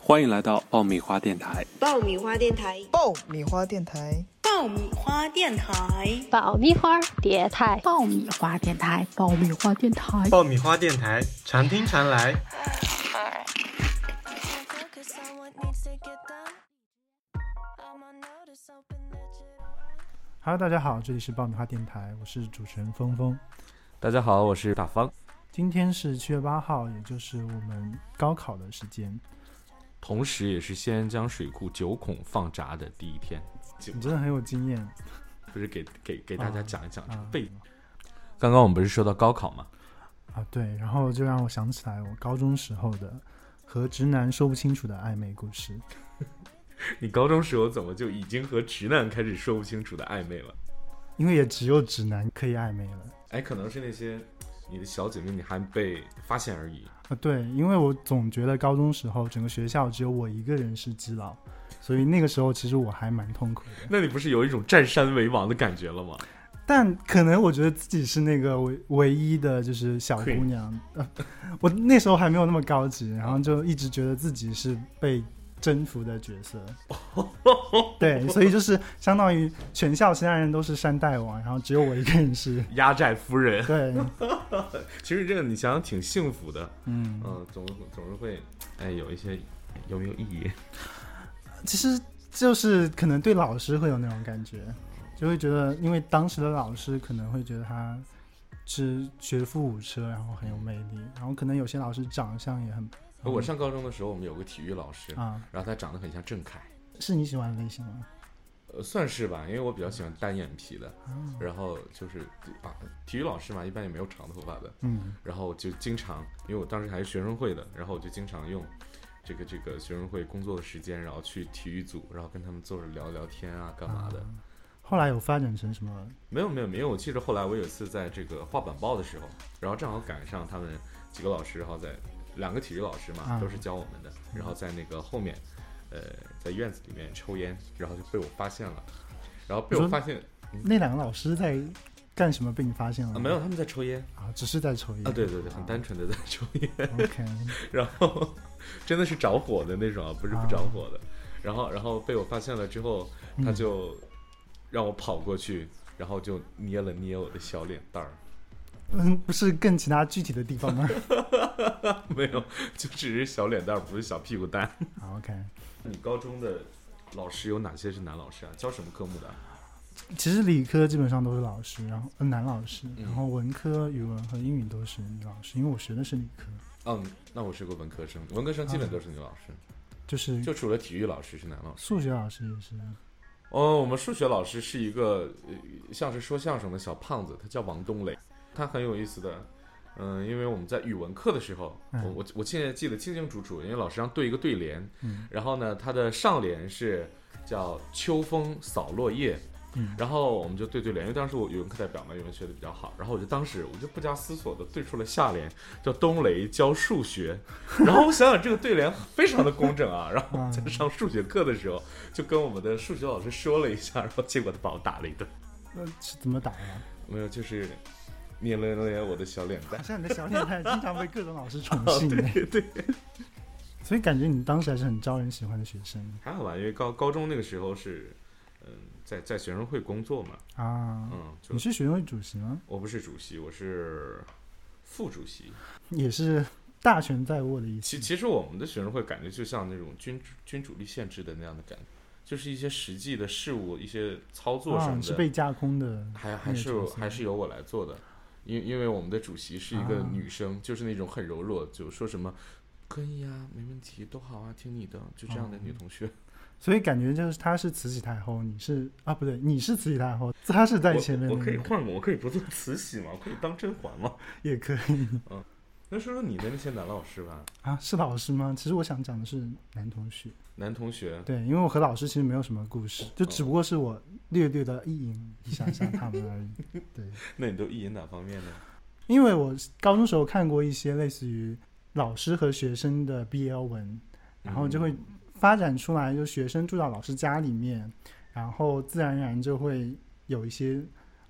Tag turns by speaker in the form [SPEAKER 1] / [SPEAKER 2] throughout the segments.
[SPEAKER 1] 欢迎来到爆米花电台。
[SPEAKER 2] 爆米花电台，
[SPEAKER 3] 爆米花电台，
[SPEAKER 2] 爆米花电台，
[SPEAKER 4] 爆米花叠态，
[SPEAKER 5] 爆米花电台，爆米花电台，
[SPEAKER 6] 爆米花电台，常听常来。
[SPEAKER 7] Hello，大家好，这里是爆米花电台，我是主持人峰峰。
[SPEAKER 8] 大家好，我是大方。
[SPEAKER 7] 今天是七月八号，也就是我们高考的时间。
[SPEAKER 8] 同时也是西安江水库九孔放闸的第一天，
[SPEAKER 7] 你真的很有经验
[SPEAKER 8] 不是给给给大家讲一讲这个
[SPEAKER 7] 啊！
[SPEAKER 8] 背景。刚刚我们不是说到高考吗？
[SPEAKER 7] 啊，对，然后就让我想起来我高中时候的和直男说不清楚的暧昧故事。
[SPEAKER 8] 你高中时候怎么就已经和直男开始说不清楚的暧昧了？
[SPEAKER 7] 因为也只有直男可以暧昧了
[SPEAKER 8] 哎，可能是那些你的小姐妹你还被发现而已。
[SPEAKER 7] 啊！对，因为我总觉得高中时候整个学校只有我一个人是基佬，所以那个时候其实我还蛮痛苦的。
[SPEAKER 8] 那你不是有一种占山为王的感觉了吗？
[SPEAKER 7] 但可能我觉得自己是那个唯唯一的，就是小姑
[SPEAKER 8] Queen
[SPEAKER 7] 娘、 呃我那时候还没有那么高级，然后就一直觉得自己是被征服的角色。对，所以就是相当于全校其他人都是山大王，然后只有我一个人是。
[SPEAKER 8] 压寨夫人，
[SPEAKER 7] 对，
[SPEAKER 8] 其实这个你想想挺幸福的。
[SPEAKER 7] 嗯，
[SPEAKER 8] 嗯、总总是会哎有一些有没有意义？
[SPEAKER 7] 其实就是可能对老师会有那种感觉，就会觉得，因为当时的老师可能会觉得他是学富五车，然后很有魅力，然后可能有些老师长相也很。
[SPEAKER 8] 我上高中的时候，我们有个体育老师，
[SPEAKER 7] 嗯啊，
[SPEAKER 8] 然后他长得很像郑恺。
[SPEAKER 7] 是你喜欢的类型吗？
[SPEAKER 8] 呃，算是吧，因为我比较喜欢单眼皮的，
[SPEAKER 7] 哦
[SPEAKER 8] 然后就是啊，体育老师嘛，一般也没有长头发的，
[SPEAKER 7] 嗯，
[SPEAKER 8] 然后就经常，因为我当时还是学生会的，然后我就经常用这个这个学生会工作的时间，然后去体育组，然后跟他们坐着聊聊天啊，干嘛
[SPEAKER 7] 哦
[SPEAKER 8] 的。
[SPEAKER 7] 后来有发展成什么？
[SPEAKER 8] 没有没有没有，我记得后来我有一次在这个画板报的时候，然后正好赶上他们几个老师，然后在两个体育老师嘛，
[SPEAKER 7] 啊
[SPEAKER 8] 都是教我们的，然后在那个后面，呃，在院子里面抽烟，然后就被我发现了，然后被
[SPEAKER 7] 你说
[SPEAKER 8] 我发现
[SPEAKER 7] 那两个老师在干什么？被你发现了吗？
[SPEAKER 8] 嗯啊没有他们在抽烟
[SPEAKER 7] 啊，只是在抽烟
[SPEAKER 8] 啊，对对对，很单纯的在抽烟，
[SPEAKER 7] OK，
[SPEAKER 8] 然后真的是着火的那种啊，不是不着火的，然后然后被我发现了之后，他就让我跑过去，然后就捏了捏我的小脸蛋儿。
[SPEAKER 7] 嗯，不是更其他具体的地方吗
[SPEAKER 8] 没有，就只是小脸蛋儿，不是小屁股蛋。
[SPEAKER 7] 啊？OK，
[SPEAKER 8] 你高中的老师有哪些是男老师啊？教什么科目的？
[SPEAKER 7] 其实理科基本上都是老师，然后、呃男老师，
[SPEAKER 8] 嗯
[SPEAKER 7] 然后文科、语文和英语都是女老师，因为我学的是理科，
[SPEAKER 8] 嗯，那我是个文科生，文科生基本都是女老师，
[SPEAKER 7] 就是
[SPEAKER 8] 就除了体育老师是男老师。
[SPEAKER 7] 数学老师也是
[SPEAKER 8] 哦，我们数学老师是一个、呃、像是说相声的小胖子，他叫王东磊，他很有意思的。嗯，因为我们在语文课的时候，
[SPEAKER 7] 嗯
[SPEAKER 8] 我我我现在记得清清楚楚，因为老师让对一个对联，
[SPEAKER 7] 嗯
[SPEAKER 8] 然后呢，他的上联是叫“秋风扫落叶”，
[SPEAKER 7] 嗯
[SPEAKER 8] 然后我们就对对联，因为当时我语文课代表嘛，语文学的比较好，然后我就当时我就不加思索的对出了下联，叫“东雷教数学”， 然后我想想这个对联非常的工整啊，然
[SPEAKER 7] 嗯
[SPEAKER 8] 后我在上数学课的时候，就跟我们的数学老师说了一下， 然后结果他把我打了一顿。
[SPEAKER 7] 呃是怎么打 的？
[SPEAKER 8] 没有，就是捏了捏我的小脸蛋
[SPEAKER 7] 好。像你的小脸蛋经常被各种老师宠幸、对
[SPEAKER 8] 哦对，
[SPEAKER 7] 所以感觉你当时还是很招人喜欢的学生
[SPEAKER 8] 还好吧，因为高高中那个时候是，嗯，在在学生会工作嘛，
[SPEAKER 7] 啊。
[SPEAKER 8] 嗯，就
[SPEAKER 7] 你是学生会主席吗？
[SPEAKER 8] 我不是主席，我是副主席。
[SPEAKER 7] 也是大权在握的意思
[SPEAKER 8] 其。其实我们的学生会感觉就像那种君主君主立宪制的那样的感觉，就是一些实际的事物、一些操作什
[SPEAKER 7] 啊，
[SPEAKER 8] 么
[SPEAKER 7] 是
[SPEAKER 8] 的，
[SPEAKER 7] 被架空的
[SPEAKER 8] 还
[SPEAKER 7] 那
[SPEAKER 8] 还
[SPEAKER 7] 个
[SPEAKER 8] 是
[SPEAKER 7] 角色
[SPEAKER 8] 还是由我来做的，因因为我们的主席是一
[SPEAKER 7] 啊
[SPEAKER 8] 个女生，就是那种很柔弱，就说什么。可以啊，没问题，都好啊，听你的，就这样
[SPEAKER 7] 啊
[SPEAKER 8] 的女同学。
[SPEAKER 7] 所以感觉就是她是慈禧太后，你是啊不对，你是慈禧太后，她是在前面
[SPEAKER 8] 我
[SPEAKER 7] 的
[SPEAKER 8] 我可以
[SPEAKER 7] 那个，
[SPEAKER 8] 换个，我可以不做慈禧吗？我可以当甄嬛吗？
[SPEAKER 7] 也可以
[SPEAKER 8] 那说说你的那些男老师吧，
[SPEAKER 7] 啊，是老师吗？其实我想讲的是男同学，
[SPEAKER 8] 男同学，
[SPEAKER 7] 对，因为我和老师其实没有什么故
[SPEAKER 8] 哦
[SPEAKER 7] 事，就只不过是我略略的意淫一下下他们而已，对。
[SPEAKER 8] 那你都意淫哪方面呢？
[SPEAKER 7] 因为我高中时候看过一些类似于老师和学生的 BL 文，然后就会
[SPEAKER 8] 嗯
[SPEAKER 7] 发展出来，就学生住到老师家里面，然后自然而然就会有一些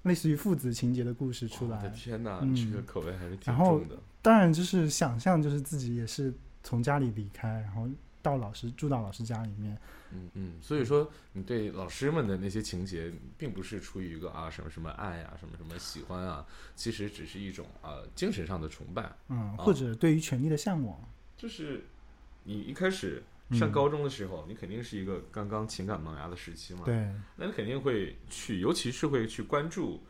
[SPEAKER 7] 类似于父子情节的故事出
[SPEAKER 8] 我的
[SPEAKER 7] 来。
[SPEAKER 8] 天哪，
[SPEAKER 7] 嗯
[SPEAKER 8] 这个口味还是挺
[SPEAKER 7] 然后
[SPEAKER 8] 重的。
[SPEAKER 7] 当然，就是想象就是自己也是从家里离开，然后到老师住到老师家里面。
[SPEAKER 8] 嗯嗯，所以说你对老师们的那些情节，并不是出于一个啊什么什么爱啊，什么什么喜欢啊，其实只是一种啊精神上的崇拜，
[SPEAKER 7] 嗯，
[SPEAKER 8] 哦
[SPEAKER 7] 或者对于权力的向往，
[SPEAKER 8] 就是你一开始
[SPEAKER 7] 嗯
[SPEAKER 8] 上高中的时候，你肯定是一个刚刚情感萌芽的时期嘛，，
[SPEAKER 7] 对，
[SPEAKER 8] 那你肯定会去，尤其是会去关注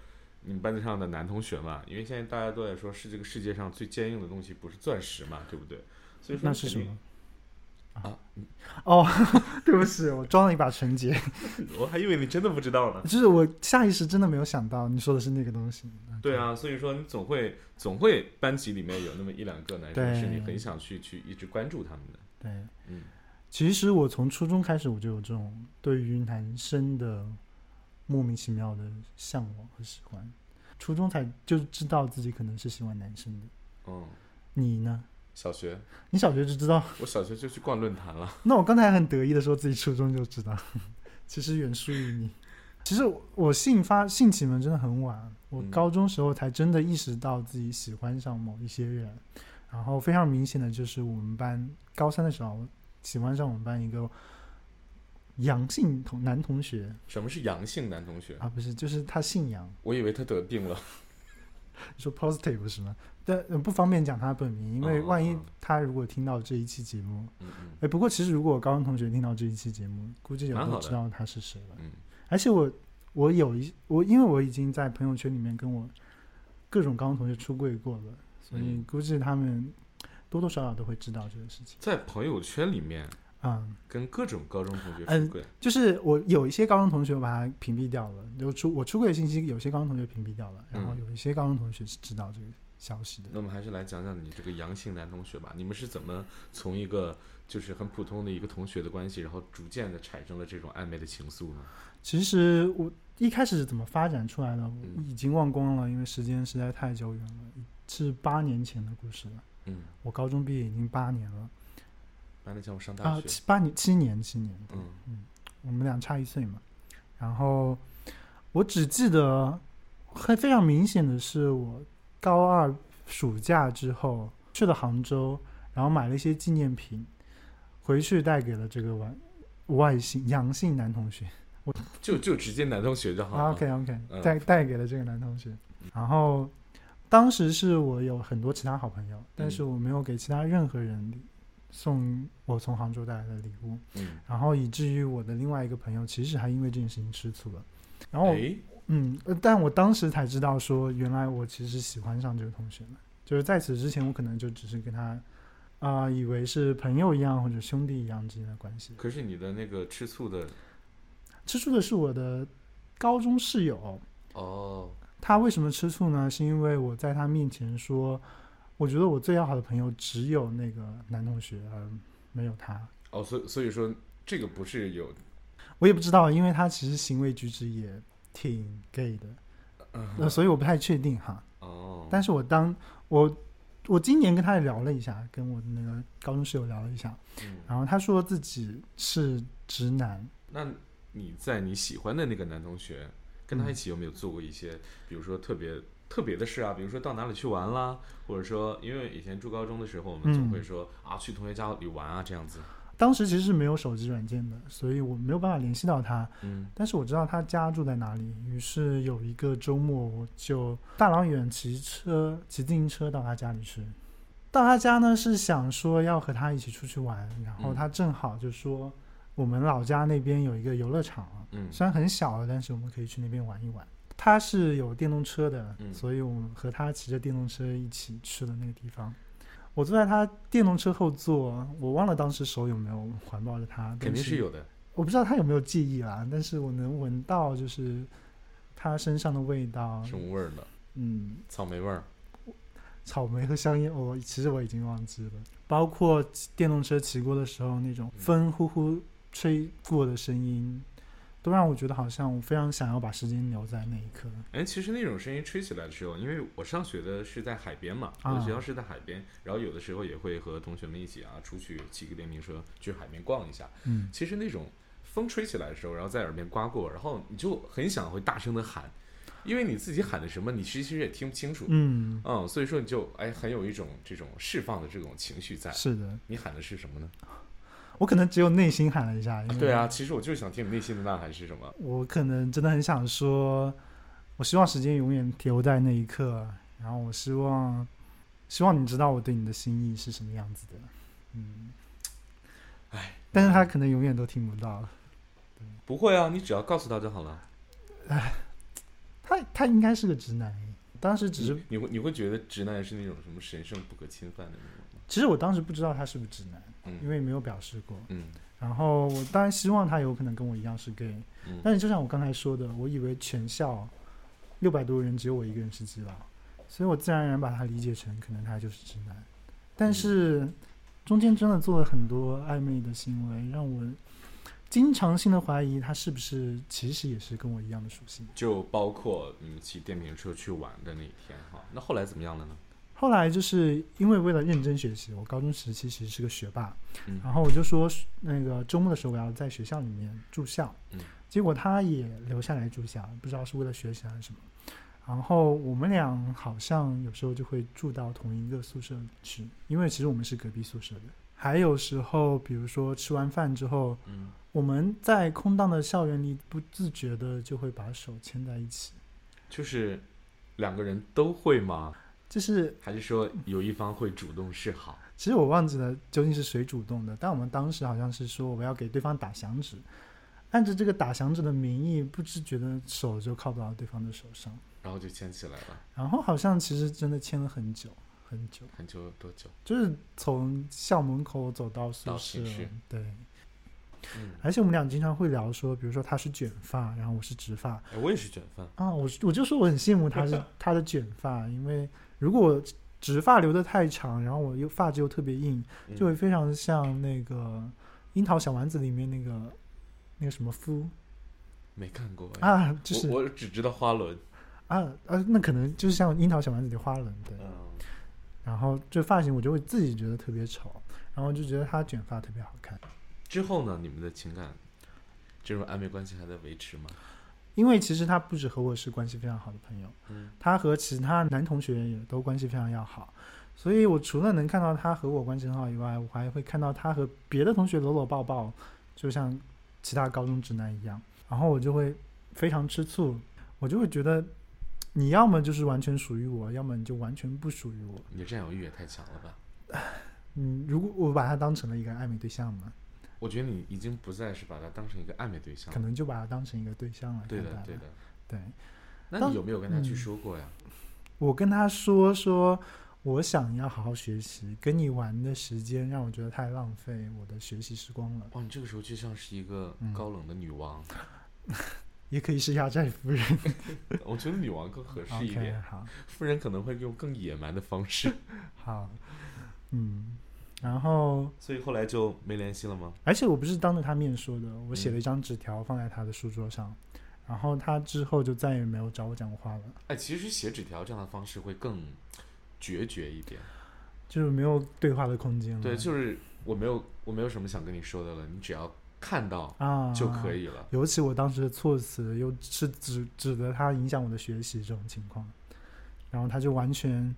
[SPEAKER 8] 你们班级上的男同学嘛，因为现在大家都在说是这个世界上最坚硬的东西不是钻石嘛，对不对？所以说
[SPEAKER 7] 那
[SPEAKER 8] 你
[SPEAKER 7] 是什
[SPEAKER 8] 肯定
[SPEAKER 7] 么？
[SPEAKER 8] 啊？
[SPEAKER 7] 哦，对不起，我装了一把纯洁，
[SPEAKER 8] 我还以为你真的不知道呢。
[SPEAKER 7] 就是我下意识真的没有想到你说的是那个东西。
[SPEAKER 8] 对啊，所以说你总会总会班级里面有那么一两个男生
[SPEAKER 7] 对
[SPEAKER 8] 是你很想去去一直关注他们的。
[SPEAKER 7] 对，
[SPEAKER 8] 嗯，
[SPEAKER 7] 其实我从初中开始我就有这种对于男生的莫名其妙的向往和喜欢，初中才就知道自己可能是喜欢男生的。
[SPEAKER 8] 嗯，
[SPEAKER 7] 你呢？
[SPEAKER 8] 小学
[SPEAKER 7] 你小学就知道？
[SPEAKER 8] 我小学就去逛论坛了。
[SPEAKER 7] 那我刚才还很得意的说自己初中就知道， 其实远输于你。其实我我性发性启蒙真的很晚，我
[SPEAKER 8] 嗯
[SPEAKER 7] 高中时候才真的意识到自己喜欢上某一些人，然后非常明显的就是我们班高三的时候喜欢上我们班一个阳性同男同学
[SPEAKER 8] 什么是阳性男同学？
[SPEAKER 7] 啊，不是，就是他姓杨，
[SPEAKER 8] 我以为他得病了。
[SPEAKER 7] 你说 positive 是吗？但呃不方便讲他本名，因为
[SPEAKER 8] 嗯嗯
[SPEAKER 7] 万一
[SPEAKER 8] 嗯
[SPEAKER 7] 他如果听到这一期节目，
[SPEAKER 8] 嗯嗯
[SPEAKER 7] 哎，不过其实如果我高中同学听到这一期节目，估计有
[SPEAKER 8] 蛮好
[SPEAKER 7] 都
[SPEAKER 8] 的
[SPEAKER 7] 知道他是谁了。
[SPEAKER 8] 嗯
[SPEAKER 7] 而且我我有一我，因为我已经在朋友圈里面跟我各种高中同学出柜过了，所以
[SPEAKER 8] 嗯
[SPEAKER 7] 估计他们多多少少都会知道这个事情。
[SPEAKER 8] 在朋友圈里面
[SPEAKER 7] 嗯，
[SPEAKER 8] 跟各种高中同学出
[SPEAKER 7] 嗯
[SPEAKER 8] 轨，
[SPEAKER 7] 就是我有一些高中同学我把它屏蔽掉了，就出我出柜的信息，有些高中同学屏蔽掉了，然后
[SPEAKER 8] 嗯
[SPEAKER 7] 有一些高中同学是知道这个消息的。
[SPEAKER 8] 那我们还是来讲讲你这个阳性男同学吧。你们是怎么从一个就是很普通的一个同学的关系，然后逐渐的产生了这种暧昧的情愫呢？
[SPEAKER 7] 其实我一开始是怎么发展出来的，我
[SPEAKER 8] 嗯
[SPEAKER 7] 已经忘光了，因为时间实在太久远了，是八年前的故事了。
[SPEAKER 8] 嗯，
[SPEAKER 7] 我高中毕业已经八年了
[SPEAKER 8] 班里讲我上大
[SPEAKER 7] 啊，
[SPEAKER 8] 学，
[SPEAKER 7] 七八年七年七年，
[SPEAKER 8] 嗯
[SPEAKER 7] 我们俩差一岁嘛。然后我只记得很非常明显的是，我高二暑假之后去了杭州，然后买了一些纪念品，回去带给了这个外外姓阳性男同学。
[SPEAKER 8] 就就直接男同学就好了。
[SPEAKER 7] 啊 OK OK，
[SPEAKER 8] 嗯
[SPEAKER 7] 带带给了这个男同学。然后当时是我有很多其他好朋友，但是我没有给其他任何人送我从杭州带来的礼物，
[SPEAKER 8] 嗯，
[SPEAKER 7] 然后以至于我的另外一个朋友其实还因为这件事情吃醋了。然后我
[SPEAKER 8] 哎，
[SPEAKER 7] 嗯，呃但我当时才知道说，原来我其实喜欢上这个同学了。就是在此之前，我可能就只是跟他啊、以为是朋友一样或者兄弟一样之间的关系。
[SPEAKER 8] 可是你的那个吃醋的
[SPEAKER 7] 吃醋的是我的高中室友，
[SPEAKER 8] 哦，
[SPEAKER 7] 他为什么吃醋呢？是因为我在他面前说，我觉得我最要好的朋友只有那个男同学，而没有他。
[SPEAKER 8] 哦，所以所以说这个不是有，
[SPEAKER 7] 我也不知道，因为他其实行为举止也挺 gay 的，那所以我不太确定哈。
[SPEAKER 8] 哦，
[SPEAKER 7] 但是我当我我今年跟他也聊了一下，跟我的那个高中室友聊了一下，
[SPEAKER 8] 嗯
[SPEAKER 7] 然后他说自己是直男，
[SPEAKER 8] 那你在你喜欢的那个男同学跟
[SPEAKER 7] 嗯
[SPEAKER 8] 他一起有没有做过一些，比如说特别特别的事啊？比如说到哪里去玩啦，或者说因为以前住高中的时候，我们总
[SPEAKER 7] 嗯
[SPEAKER 8] 会说、啊去同学家里玩啊这样子。
[SPEAKER 7] 当时其实是没有手机软件的，所以我没有办法联系到他。
[SPEAKER 8] 嗯
[SPEAKER 7] 但是我知道他家住在哪里，于是有一个周末我就大老远骑车骑自行车到他家里去。到他家呢是想说要和他一起出去玩，然后他正好就说我们老家那边有一个游乐场，
[SPEAKER 8] 嗯
[SPEAKER 7] 虽然很小了，但是我们可以去那边玩一玩。他是有电动车的，
[SPEAKER 8] 嗯
[SPEAKER 7] 所以我们和他骑着电动车一起去了那个地方。我坐在他电动车后座，我忘了当时手有没有环抱着他，
[SPEAKER 8] 肯定
[SPEAKER 7] 是
[SPEAKER 8] 是有的。
[SPEAKER 7] 我不知道他有没有记忆啦，但是我能闻到就是他身上的味道，
[SPEAKER 8] 什么味儿呢？
[SPEAKER 7] 嗯，
[SPEAKER 8] 草莓味儿。
[SPEAKER 7] 草莓和香烟，我其实我已经忘记了，包括骑电动车骑过的时候那种风呼呼吹过的声音，都让我觉得好像我非常想要把时间留在那一刻。
[SPEAKER 8] 哎，其实那种声音吹起来的时候，因为我上学的是在海边嘛，我的
[SPEAKER 7] 啊
[SPEAKER 8] 学校是在海边，然后有的时候也会和同学们一起啊出去骑个电瓶车去海边逛一下。
[SPEAKER 7] 嗯，
[SPEAKER 8] 其实那种风吹起来的时候，然后在耳边刮过，然后你就很想会大声的喊，因为你自己喊的什么，你其实也听不清楚。
[SPEAKER 7] 嗯，
[SPEAKER 8] 嗯，所以说你就哎很有一种这种释放的这种情绪在。
[SPEAKER 7] 是的，
[SPEAKER 8] 你喊的是什么呢？
[SPEAKER 7] 我可能只有内心喊了一下，因为
[SPEAKER 8] 对啊，其实我就是想听你内心的呐喊是什么。
[SPEAKER 7] 我可能真的很想说，我希望时间永远停留在那一刻，然后我希望，希望你知道我对你的心意是什么样子的，嗯，
[SPEAKER 8] 唉，
[SPEAKER 7] 但是他可能永远都听不到，
[SPEAKER 8] 不会啊，你只要告诉他就好了。
[SPEAKER 7] 他他应该是个直男，当时只是，
[SPEAKER 8] 你会你会觉得直男是那种什么神圣不可侵犯的那种吗？
[SPEAKER 7] 其实我当时不知道他是不是直男，
[SPEAKER 8] 嗯，
[SPEAKER 7] 因为没有表示过，
[SPEAKER 8] 嗯
[SPEAKER 7] 然后我当然希望他有可能跟我一样是 gay，
[SPEAKER 8] 嗯
[SPEAKER 7] 但是就像我刚才说的，我以为全校六百多人只有我一个人是基佬，所以我自然而然把他理解成可能他就是直男。但是中间真的做了很多暧昧的行为，让我经常性的怀疑他是不是其实也是跟我一样的属性。
[SPEAKER 8] 就包括你们骑电瓶车去玩的那一天哈。那后来怎么样了呢？
[SPEAKER 7] 后来就是因为为了认真学习，我高中时期其实是个学霸，
[SPEAKER 8] 嗯
[SPEAKER 7] 然后我就说那个周末的时候我要在学校里面住校，
[SPEAKER 8] 嗯
[SPEAKER 7] 结果他也留下来住校，不知道是为了学习还是什么。然后我们俩好像有时候就会住到同一个宿舍去，因为其实我们是隔壁宿舍的。还有时候，比如说吃完饭之后，
[SPEAKER 8] 嗯，
[SPEAKER 7] 我们在空荡的校园里不自觉的就会把手牵在一起，
[SPEAKER 8] 就是两个人都会吗？
[SPEAKER 7] 就是
[SPEAKER 8] 还是说有一方会主动示好？
[SPEAKER 7] 其实我忘记了究竟是谁主动的，但我们当时好像是说我要给对方打响指，按着这个打响指的名义，不知觉的手就靠到了对方的手上，
[SPEAKER 8] 然后就牵起来了，
[SPEAKER 7] 然后好像其实真的牵了很久很久，
[SPEAKER 8] 很久多久？
[SPEAKER 7] 就是从校门口走到宿
[SPEAKER 8] 到
[SPEAKER 7] 舍
[SPEAKER 8] 寝室，
[SPEAKER 7] 对，
[SPEAKER 8] 嗯，
[SPEAKER 7] 而且我们俩经常会聊说，比如说他是卷发，然后我是直发，
[SPEAKER 8] 哎，我也是卷发，
[SPEAKER 7] 啊，我是我就说我很羡慕他 是他的卷发，因为如果直发留的太长，然后我又发质又特别硬，
[SPEAKER 8] 嗯
[SPEAKER 7] 就会非常像那个《樱桃小丸子》里面那个那个什么夫
[SPEAKER 8] 没看过哎。
[SPEAKER 7] 啊，就是
[SPEAKER 8] 我我只知道花轮，
[SPEAKER 7] 啊啊，那可能就是像《樱桃小丸子》里的花轮对。
[SPEAKER 8] 嗯，
[SPEAKER 7] 然后这发型我就会自己觉得特别丑，然后就觉得他卷发特别好看。
[SPEAKER 8] 之后呢，你们的情感这种暧昧关系还在维持吗？
[SPEAKER 7] 因为其实他不止和我是关系非常好的朋友，
[SPEAKER 8] 嗯
[SPEAKER 7] 他和其他男同学也都关系非常要好，所以我除了能看到他和我关系很好以外，我还会看到他和别的同学搂搂抱抱，就像其他高中直男一样，然后我就会非常吃醋，我就会觉得你要么就是完全属于我，要么你就完全不属于我。
[SPEAKER 8] 你的占有欲也太强了吧？
[SPEAKER 7] 嗯，如果我把他当成了一个暧昧对象嘛，
[SPEAKER 8] 我觉得你已经不再是把他当成一个暧昧对象
[SPEAKER 7] 可
[SPEAKER 8] 了。
[SPEAKER 7] 能就把他当成一个对象来
[SPEAKER 8] 对
[SPEAKER 7] 看待
[SPEAKER 8] 的
[SPEAKER 7] 了，。
[SPEAKER 8] 对的。
[SPEAKER 7] 对
[SPEAKER 8] 那
[SPEAKER 7] 当
[SPEAKER 8] 你有没有跟他去
[SPEAKER 7] 嗯
[SPEAKER 8] 说过呀？
[SPEAKER 7] 我跟他说说，我想要好好学习，跟你玩的时间让我觉得太浪费我的学习时光了，
[SPEAKER 8] 哇，你这个时候就像是一个
[SPEAKER 7] 嗯
[SPEAKER 8] 高冷的女王，
[SPEAKER 7] 也可以是压寨 夫人。
[SPEAKER 8] 我觉得女王更合适一
[SPEAKER 7] OK，
[SPEAKER 8] 点，
[SPEAKER 7] 好，
[SPEAKER 8] 夫人可能会用更野蛮的 方式，
[SPEAKER 7] 好，嗯，然后
[SPEAKER 8] 所以后来就没联系了吗？
[SPEAKER 7] 而且我不是当着他面说的，我
[SPEAKER 8] 嗯
[SPEAKER 7] 写了一张纸条放在他的书桌上，然后他之后就再也没有找我讲过话了，
[SPEAKER 8] 哎，其实写纸条这样的方式会更决绝一点。
[SPEAKER 7] 就是没有对话的空间了。
[SPEAKER 8] 对，就是我没有我没有什么想跟你说的了，你只要看到
[SPEAKER 7] 啊
[SPEAKER 8] 就可。以了。
[SPEAKER 7] 尤其我当时的措辞又是指指责他影响我的学习这种情况，然后他就完全，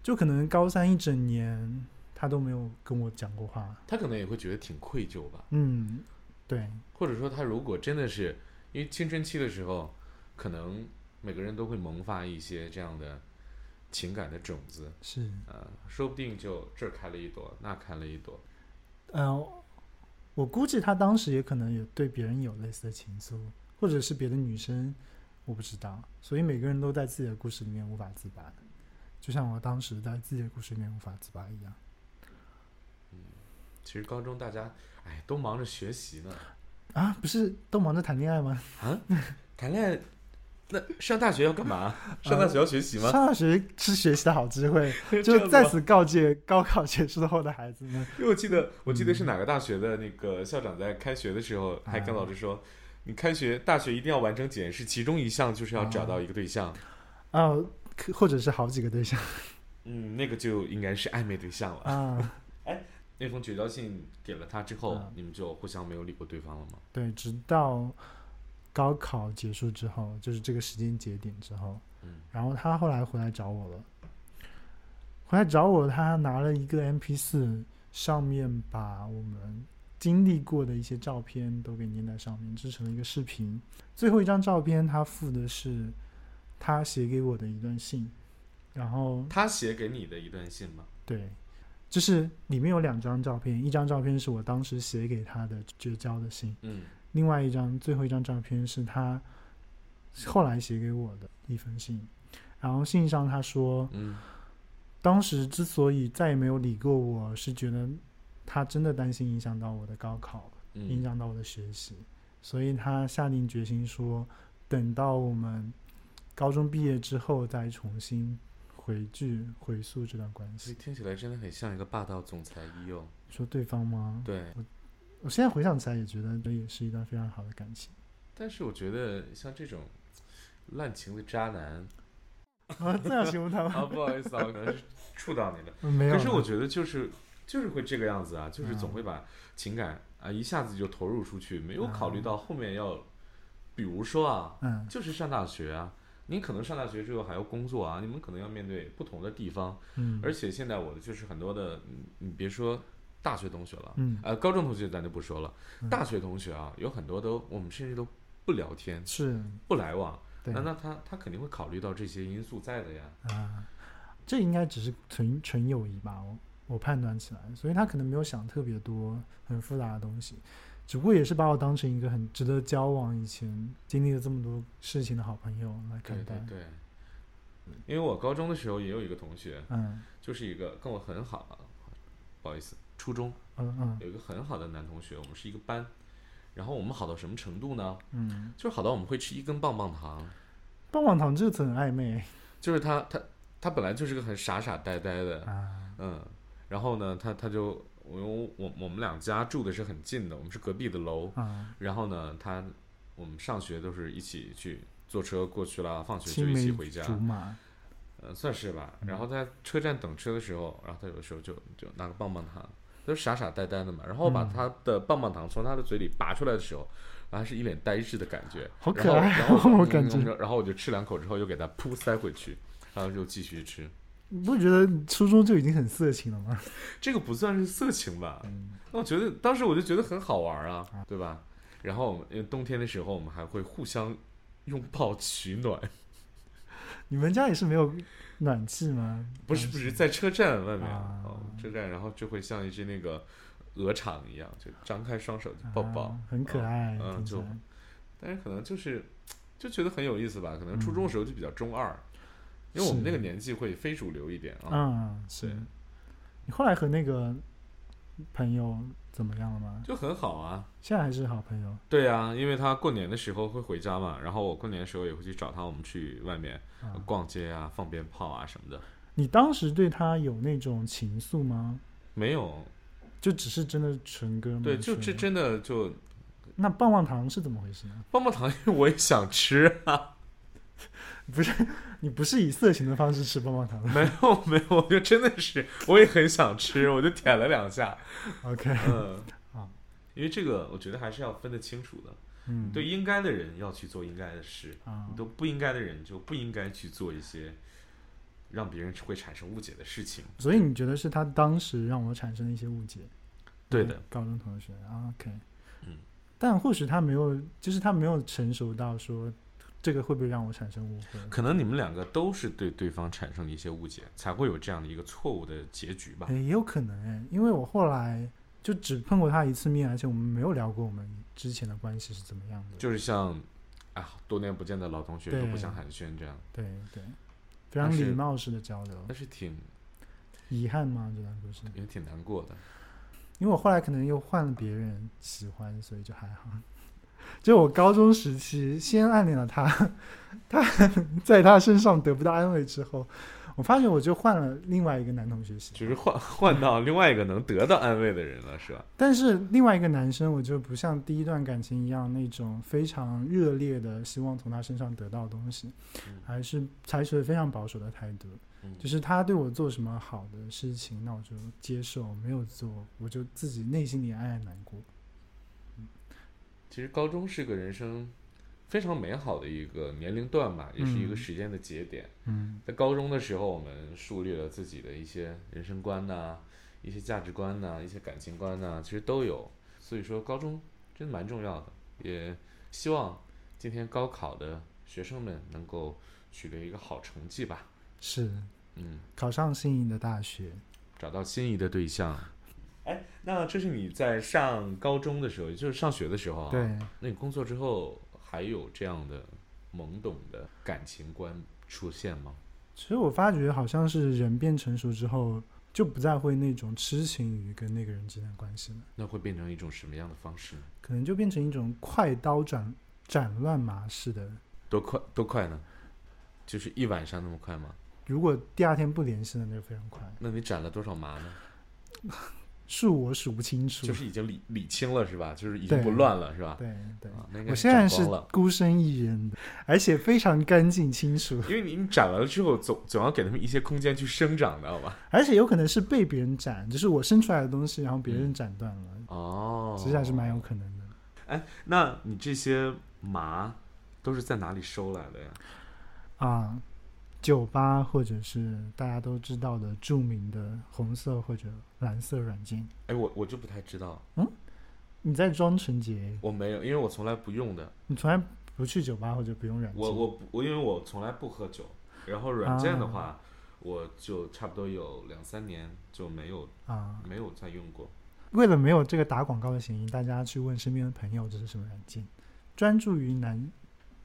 [SPEAKER 7] 就可能高三一整年他都没有跟我讲过话。
[SPEAKER 8] 他可能也会觉得挺愧疚吧，
[SPEAKER 7] 嗯，对，
[SPEAKER 8] 或者说他如果真的是因为青春期的时候，可能每个人都会萌发一些这样的情感的种子，
[SPEAKER 7] 是，
[SPEAKER 8] 呃，说不定就这儿开了一朵，那开了一朵。
[SPEAKER 7] 呃，我估计他当时也可能也对别人有类似的情愫，或者是别的女生，我不知道。所以每个人都在自己的故事里面无法自拔，就像我当时在自己的故事里面无法自拔一样。
[SPEAKER 8] 其实高中大家哎都忙着学习呢，
[SPEAKER 7] 啊，不是都忙着谈恋爱吗？
[SPEAKER 8] 谈恋爱。那上大学要干嘛？ 上大学要学习 吗？
[SPEAKER 7] 上大学是学习的好机 会，
[SPEAKER 8] 这样
[SPEAKER 7] 就
[SPEAKER 8] 子
[SPEAKER 7] 在
[SPEAKER 8] 吗
[SPEAKER 7] 此告诫高考结束后的孩子们，
[SPEAKER 8] 因为我记得，我记得是哪个大学的那个校长在开学的时候还跟
[SPEAKER 7] 啊
[SPEAKER 8] 老师说，你开学大学一定要完成检视，其中一项就是要找到一个对象，
[SPEAKER 7] 啊，可或者是好几个对象
[SPEAKER 8] 嗯，那个就应该是暧昧对象了。
[SPEAKER 7] 啊，
[SPEAKER 8] 那封绝交信给了他之后，
[SPEAKER 7] 啊
[SPEAKER 8] 你们就互相没有理过对方了吗？
[SPEAKER 7] 对，直到高考结束之后，就是这个时间节点之后，
[SPEAKER 8] 嗯
[SPEAKER 7] 然后他后来回来找我了，回来找我，他拿了一个 MP 四，上面把我们经历过的一些照片都给粘在上面，制成了一个视频。最后一张照片，他附的是他写给我的一段信，然后
[SPEAKER 8] 他写给你的一段信吗？
[SPEAKER 7] 对，就是里面有两张照片，一张照片是我当时写给他的绝交的信，
[SPEAKER 8] 嗯，
[SPEAKER 7] 另外一张最后一张照片是他后来写给我的一封信。然后信上他说，
[SPEAKER 8] 嗯，
[SPEAKER 7] 当时之所以再也没有理过我，是觉得他真的担心影响到我的高考，
[SPEAKER 8] 嗯
[SPEAKER 7] 影响到我的学习，所以他下定决心说，等到我们高中毕业之后再重新回去回溯这段关
[SPEAKER 8] 这
[SPEAKER 7] 系。
[SPEAKER 8] 听起来真的很像一个霸道总裁一哦。
[SPEAKER 7] 说对方吗？
[SPEAKER 8] 对，
[SPEAKER 7] 我现在回想起来也觉得这也是一段非常好的感 情。
[SPEAKER 8] 但是我觉得像这种滥情的渣男
[SPEAKER 7] 啊，这样形容他
[SPEAKER 8] 啊，
[SPEAKER 7] 吗？
[SPEAKER 8] 不好意思 啊，我可能是触到你了。
[SPEAKER 7] 没有了。啊
[SPEAKER 8] 可是我觉得就是就是会这个样子啊，就是
[SPEAKER 7] 嗯
[SPEAKER 8] 总会把情感啊一下子就投入出去，没有考虑到后面要，比如说啊，
[SPEAKER 7] 嗯
[SPEAKER 8] 就是上大学啊，你可能上大学之后还要工作啊，你们可能要面对不同的地方，
[SPEAKER 7] 嗯
[SPEAKER 8] 而且现在我的就是很多的，嗯你别说大学同学了，
[SPEAKER 7] 嗯
[SPEAKER 8] 呃，高中同学咱就不说了，大学同学啊，有很多都我们甚至都不聊天，
[SPEAKER 7] 是
[SPEAKER 8] 不来往，
[SPEAKER 7] 对
[SPEAKER 8] 那那他他肯定会考虑到这些因素在的呀，
[SPEAKER 7] 啊，这应该只是纯纯友谊吧，我我判断起来，所以他可能没有想特别多很复杂的东西，只不过也是把我当成一个很值得交往、以前经历了这么多事情的好朋友来
[SPEAKER 8] 对
[SPEAKER 7] 看待
[SPEAKER 8] 对。对，因为我高中的时候也有一个同学，
[SPEAKER 7] 嗯
[SPEAKER 8] 就是一个跟我很好啊，不好意思，初中
[SPEAKER 7] 嗯嗯
[SPEAKER 8] 有一个很好的男同学，我们是一个班，然后我们好到什么程度呢？
[SPEAKER 7] 嗯，
[SPEAKER 8] 就是好到我们会吃一根棒棒糖，
[SPEAKER 7] 棒棒糖这个词很暧昧
[SPEAKER 8] 就是他他他本来就是个很傻傻呆呆的，
[SPEAKER 7] 啊，
[SPEAKER 8] 嗯，然后呢，他他就我我我我们两家住的是很近的，我们是隔壁的楼，
[SPEAKER 7] 啊，
[SPEAKER 8] 然后呢，他我们上学都是一起去坐车过去啦，放学
[SPEAKER 7] 青
[SPEAKER 8] 就一起
[SPEAKER 7] 梅
[SPEAKER 8] 回家，
[SPEAKER 7] 竹马，
[SPEAKER 8] 呃，算是吧。然
[SPEAKER 7] 嗯
[SPEAKER 8] 后在车站等车的时候，然后他有的时候就就拿个棒棒糖，都傻傻呆呆的嘛。然后
[SPEAKER 7] 嗯
[SPEAKER 8] 把他的棒棒糖从他的嘴里拔出来的时候，然后还是一脸呆滞的感觉，
[SPEAKER 7] 好
[SPEAKER 8] 然
[SPEAKER 7] 可
[SPEAKER 8] 后
[SPEAKER 7] 爱
[SPEAKER 8] 然 后
[SPEAKER 7] 我
[SPEAKER 8] 嗯
[SPEAKER 7] 感
[SPEAKER 8] 嗯
[SPEAKER 7] 觉
[SPEAKER 8] 嗯然后我就吃两口之后，又给他噗塞回去，然后就继续吃。
[SPEAKER 7] 你不觉得初中就已经很色情了吗？
[SPEAKER 8] 这个不算是色情吧？
[SPEAKER 7] 嗯
[SPEAKER 8] 那我觉得当时我就觉得很好玩啊，对吧？然后我们因为冬天的时候，我们还会互相拥抱取暖，
[SPEAKER 7] 你们家也是没有暖气吗？
[SPEAKER 8] 不是不是，在车站外面，
[SPEAKER 7] 啊
[SPEAKER 8] 哦，车站，然后就会像一只那个鹅厂一样，就张开双手就抱抱，
[SPEAKER 7] 啊很可爱，
[SPEAKER 8] 嗯
[SPEAKER 7] 听起
[SPEAKER 8] 就
[SPEAKER 7] 来
[SPEAKER 8] 但是可能就是就觉得很有意思吧，可能初中的时候就比较中二，因为我们
[SPEAKER 7] 嗯是
[SPEAKER 8] 那个年纪会非主流一点啊。
[SPEAKER 7] 嗯，
[SPEAKER 8] 对
[SPEAKER 7] 是。你后来和那个朋友怎么样了吗？
[SPEAKER 8] 就很好啊，
[SPEAKER 7] 现在还是好朋友
[SPEAKER 8] 对啊，因为他过年的时候会回家嘛，然后我过年的时候也会去找他，我们去外面
[SPEAKER 7] 啊、
[SPEAKER 8] 逛街啊、放鞭炮啊什么的。
[SPEAKER 7] 你当时对他有那种情愫吗？
[SPEAKER 8] 没有，
[SPEAKER 7] 就只是真的纯哥们？
[SPEAKER 8] 对，就这
[SPEAKER 7] 纯
[SPEAKER 8] 真的就
[SPEAKER 7] 那棒棒糖是怎么回事啊呢？
[SPEAKER 8] 棒棒糖， 因为我也想吃啊，
[SPEAKER 7] 你不是以色情的方式吃棒棒糖的
[SPEAKER 8] 没有没有，我就真的是我也很想吃，我就舔了两下，
[SPEAKER 7] ？OK，
[SPEAKER 8] 嗯
[SPEAKER 7] 啊，
[SPEAKER 8] 因为这个我觉得还是要分得清楚的，
[SPEAKER 7] 嗯，
[SPEAKER 8] 对应该的人要去做应该的事，
[SPEAKER 7] 啊
[SPEAKER 8] 你，都不应该的人就不应该去做一些让别人会产生误解的事情。
[SPEAKER 7] 所以你觉得是他当时让我产生了一些误解？
[SPEAKER 8] 对的，
[SPEAKER 7] 高中同学啊，OK，
[SPEAKER 8] 嗯，
[SPEAKER 7] 但或许他没有，就是他没有成熟到说这个会不会让我产生误会？
[SPEAKER 8] 可能你们两个都是对对方产生了一些误解，才会有这样的一个错误的结局吧
[SPEAKER 7] 哎，？也有可能哎，因为我后来就只碰过他一次面，而且我们没有聊过我们之前的关系是怎么样的。
[SPEAKER 8] 就是像，啊，多年不见的老同学
[SPEAKER 7] 对
[SPEAKER 8] 都不想寒暄这样，
[SPEAKER 7] 对对，非常
[SPEAKER 8] 但是
[SPEAKER 7] 礼貌式的交流。
[SPEAKER 8] 但是挺
[SPEAKER 7] 遗憾吗？这段故事，
[SPEAKER 8] 也挺难过的。
[SPEAKER 7] 因为我后来可能又换了别人喜欢，所以就还好。 就我高中时期先暗恋了他，他在他身上得不到安慰之后，我发现我就换了另外一个男同学喜欢。
[SPEAKER 8] 就是换 换到另外一个能得到安慰的人了，是吧？
[SPEAKER 7] 但是另外一个男生，我就不像第一段感情一样那种非常热烈的希望从他身上得到东西，
[SPEAKER 8] 嗯
[SPEAKER 7] 还是采取了非常保守的态度。就是他对我做什么好的事情，那我就接受；没有做，我就自己内心里暗暗难过。
[SPEAKER 8] 其实高中是个人生非常美好的一个年龄段吧，也是一个
[SPEAKER 7] 嗯
[SPEAKER 8] 时间的节点。
[SPEAKER 7] 嗯
[SPEAKER 8] 在高中的时候，我们树立了自己的一些人生观呐、一些价值观呐、一些感情观呐、其实都有。所以说高中真的蛮重要的，也希望今天高考的学生们能够取得一个好成绩吧。
[SPEAKER 7] 是
[SPEAKER 8] 嗯，
[SPEAKER 7] 考上心仪的大学。
[SPEAKER 8] 找到心仪的对象。哎，那这是你在上高中的时候，也就是上学的时候啊。
[SPEAKER 7] 对，
[SPEAKER 8] 那你工作之后还有这样的懵懂的感情观出现吗？
[SPEAKER 7] 其实我发觉好像是人变成熟之后，就不再会那种痴情于跟那个人之间的关系了，
[SPEAKER 8] 那会变成一种什么样的方式呢？
[SPEAKER 7] 可能就变成一种快刀斩斩乱麻式的。
[SPEAKER 8] 多快多快呢？就是一晚上那么快吗？
[SPEAKER 7] 如果第二天不联系了，那就非常快，
[SPEAKER 8] 那你斩了多少麻呢？
[SPEAKER 7] 数我数不清楚。
[SPEAKER 8] 就是已经理理清了是吧？就是已经不
[SPEAKER 7] 对
[SPEAKER 8] 乱了是吧？
[SPEAKER 7] 对对，
[SPEAKER 8] 啊，那应该
[SPEAKER 7] 我现在
[SPEAKER 8] 斩
[SPEAKER 7] 是
[SPEAKER 8] 光了，
[SPEAKER 7] 孤身一人的，而且非常干净清楚，
[SPEAKER 8] 因为你你斩完了之后，总总要给他们一些空间去生长的，好吧？
[SPEAKER 7] 而且有可能是被别人斩，就是我生出来的东西，然后别人斩断了，
[SPEAKER 8] 哦，
[SPEAKER 7] 其实还是蛮有可能的。
[SPEAKER 8] 哎，那你这些麻都是在哪里收来的呀？
[SPEAKER 7] 啊，酒吧或者是大家都知道的著名的红色或者蓝色软件。
[SPEAKER 8] 哎，我我就不太知道，
[SPEAKER 7] 你在装纯洁，
[SPEAKER 8] 我没有，因为我从来不用的，
[SPEAKER 7] 你从来不去酒吧或者不用软件。
[SPEAKER 8] 我我不我因为我从来不喝酒，然后软件的
[SPEAKER 7] 啊
[SPEAKER 8] 话，我就差不多有两三年就没有
[SPEAKER 7] 啊，
[SPEAKER 8] 没有再用过。
[SPEAKER 7] 为了没有这个打广告的嫌疑，大家去问身边的朋友这是什么软件，专注于男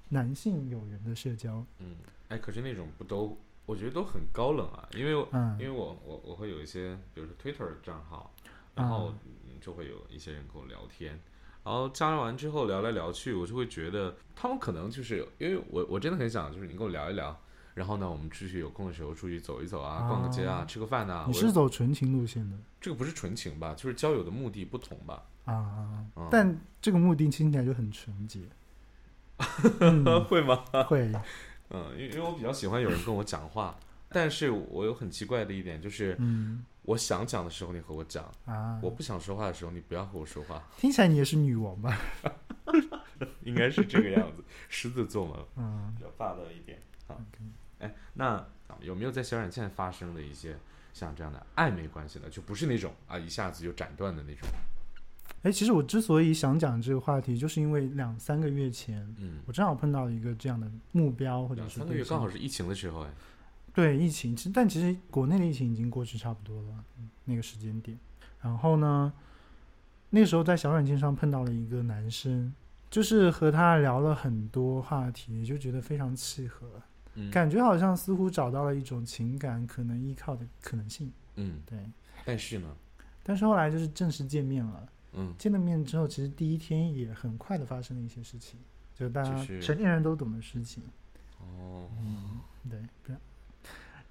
[SPEAKER 7] 男性友人的社交。
[SPEAKER 8] 嗯，哎，可是那种不都，我觉得都很高冷啊，因为我、
[SPEAKER 7] 嗯
[SPEAKER 8] 因为我我我会有一些，比如说 Twitter 的账号，然后
[SPEAKER 7] 啊
[SPEAKER 8] 嗯就会有一些人跟我聊天，然后加完之后聊来聊去，我就会觉得他们可能就是因为我我真的很想就是你跟我聊一聊，然后呢我们出去有空的时候出去走一走啊，逛个街啊，
[SPEAKER 7] 啊
[SPEAKER 8] 吃个饭呐、
[SPEAKER 7] 你
[SPEAKER 8] 我
[SPEAKER 7] 是走纯情路线的
[SPEAKER 8] 这个不是纯情吧？就是交友的目的不同吧？
[SPEAKER 7] 啊啊，
[SPEAKER 8] 嗯、
[SPEAKER 7] 啊但这个目的听起来就很纯洁。嗯
[SPEAKER 8] 会吗？
[SPEAKER 7] 会
[SPEAKER 8] 嗯，因为因为我比较喜欢有人跟我讲话，但是我有很奇怪的一点就是，
[SPEAKER 7] 嗯
[SPEAKER 8] 我想讲的时候你和我讲。
[SPEAKER 7] 啊，
[SPEAKER 8] 我不想说话的时候，你不要和我说话，
[SPEAKER 7] 听起来你也是女王吧？
[SPEAKER 8] 应该是这个样子。狮子座嘛，
[SPEAKER 7] 嗯
[SPEAKER 8] 比较霸道一点。好
[SPEAKER 7] OK
[SPEAKER 8] 哎，那有没有在小软件发生的一些像这样的暧昧关系呢？就不是那种啊一下子就斩断的那种。
[SPEAKER 7] 哎，其实我之所以想讲这个话题，就是因为两三个月前，
[SPEAKER 8] 嗯，
[SPEAKER 7] 我正好碰到一个这样的目标或者
[SPEAKER 8] 两
[SPEAKER 7] 是
[SPEAKER 8] 三个
[SPEAKER 7] 对
[SPEAKER 8] 月刚
[SPEAKER 7] 象
[SPEAKER 8] 好是疫情的时候，哎，
[SPEAKER 7] 对疫情，其实但其实国内的疫情已经过去差不多了，嗯那个时间点。然后呢，那时候在小软件上碰到了一个男生，就是和他聊了很多话题，就觉得非常契合，
[SPEAKER 8] 嗯
[SPEAKER 7] 感觉好像似乎找到了一种情感可能依靠的可能性。
[SPEAKER 8] 嗯，
[SPEAKER 7] 对，
[SPEAKER 8] 但是呢，
[SPEAKER 7] 但是后来就是正式见面了。
[SPEAKER 8] 嗯，
[SPEAKER 7] 见了面之后，其实第一天也很快的发生了一些事情，就大
[SPEAKER 8] 就
[SPEAKER 7] 家
[SPEAKER 8] 是
[SPEAKER 7] 成年人都懂的事情。
[SPEAKER 8] 哦，
[SPEAKER 7] 对，不要。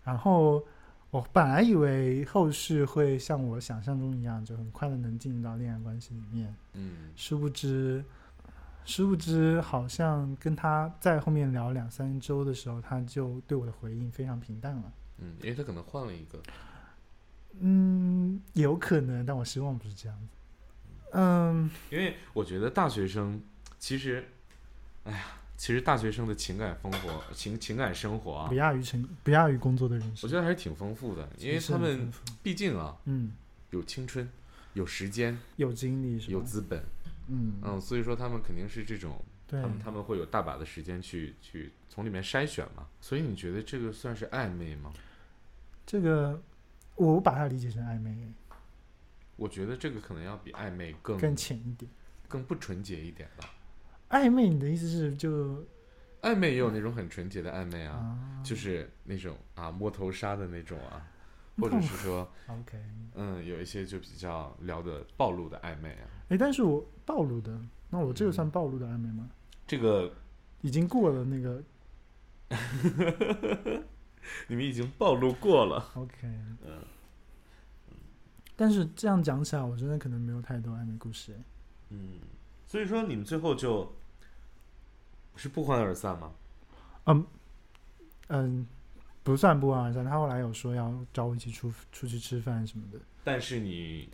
[SPEAKER 7] 然后我本来以为后续会像我想象中一样，就很快的能进入到恋爱关系里面，
[SPEAKER 8] 嗯，
[SPEAKER 7] 殊不知，殊不知好像跟他在后面聊两三周的时候，他就对我的回应非常平淡了。
[SPEAKER 8] 嗯，因为他可能换了一个，
[SPEAKER 7] 嗯，有可能，但我希望不是这样子。嗯，
[SPEAKER 8] 因为我觉得大学生其实，哎呀，其实大学生的情感生活情情感生活啊
[SPEAKER 7] 不，亚于成，不亚于工作的人
[SPEAKER 8] 我
[SPEAKER 7] 生
[SPEAKER 8] 觉。得还是挺丰富的，因为
[SPEAKER 7] 是
[SPEAKER 8] 他
[SPEAKER 7] 很
[SPEAKER 8] 们
[SPEAKER 7] 丰富
[SPEAKER 8] 毕竟啊
[SPEAKER 7] 嗯，
[SPEAKER 8] 有青春，有时间，
[SPEAKER 7] 有经历是吧？
[SPEAKER 8] 有资本，
[SPEAKER 7] 嗯
[SPEAKER 8] 嗯，所以说他们肯定是这种，
[SPEAKER 7] 对
[SPEAKER 8] 他，们他们会有大把的时间去去从里面筛选嘛。所以你觉得这个算是暧昧吗？
[SPEAKER 7] 这个我把它理解成暧昧，
[SPEAKER 8] 嗯我觉得这个可能要比暧昧更
[SPEAKER 7] 更浅一点。
[SPEAKER 8] 更不纯洁一点吧。
[SPEAKER 7] 暧昧，你的意思是就
[SPEAKER 8] 暧昧也有那种很纯洁的暧昧啊，
[SPEAKER 7] 啊
[SPEAKER 8] 就是那种啊摸头杀的那种啊，或者是说
[SPEAKER 7] ，OK，
[SPEAKER 8] 嗯有一些就比较聊的暴露的暧昧啊，
[SPEAKER 7] 哎，但是我暴露的，那我这个算暴露的暧昧吗？
[SPEAKER 8] 这个
[SPEAKER 7] 已经过了那个
[SPEAKER 8] 你们已经暴露过了。嗯
[SPEAKER 7] OK，但是这样讲起来，我真的可能没有太多暧昧故事。诶
[SPEAKER 8] 嗯，所以说你们最后就是不欢而散吗？
[SPEAKER 7] 嗯，不算不欢而散，他后来有说要找我一起出出去吃饭什么的，
[SPEAKER 8] 但是你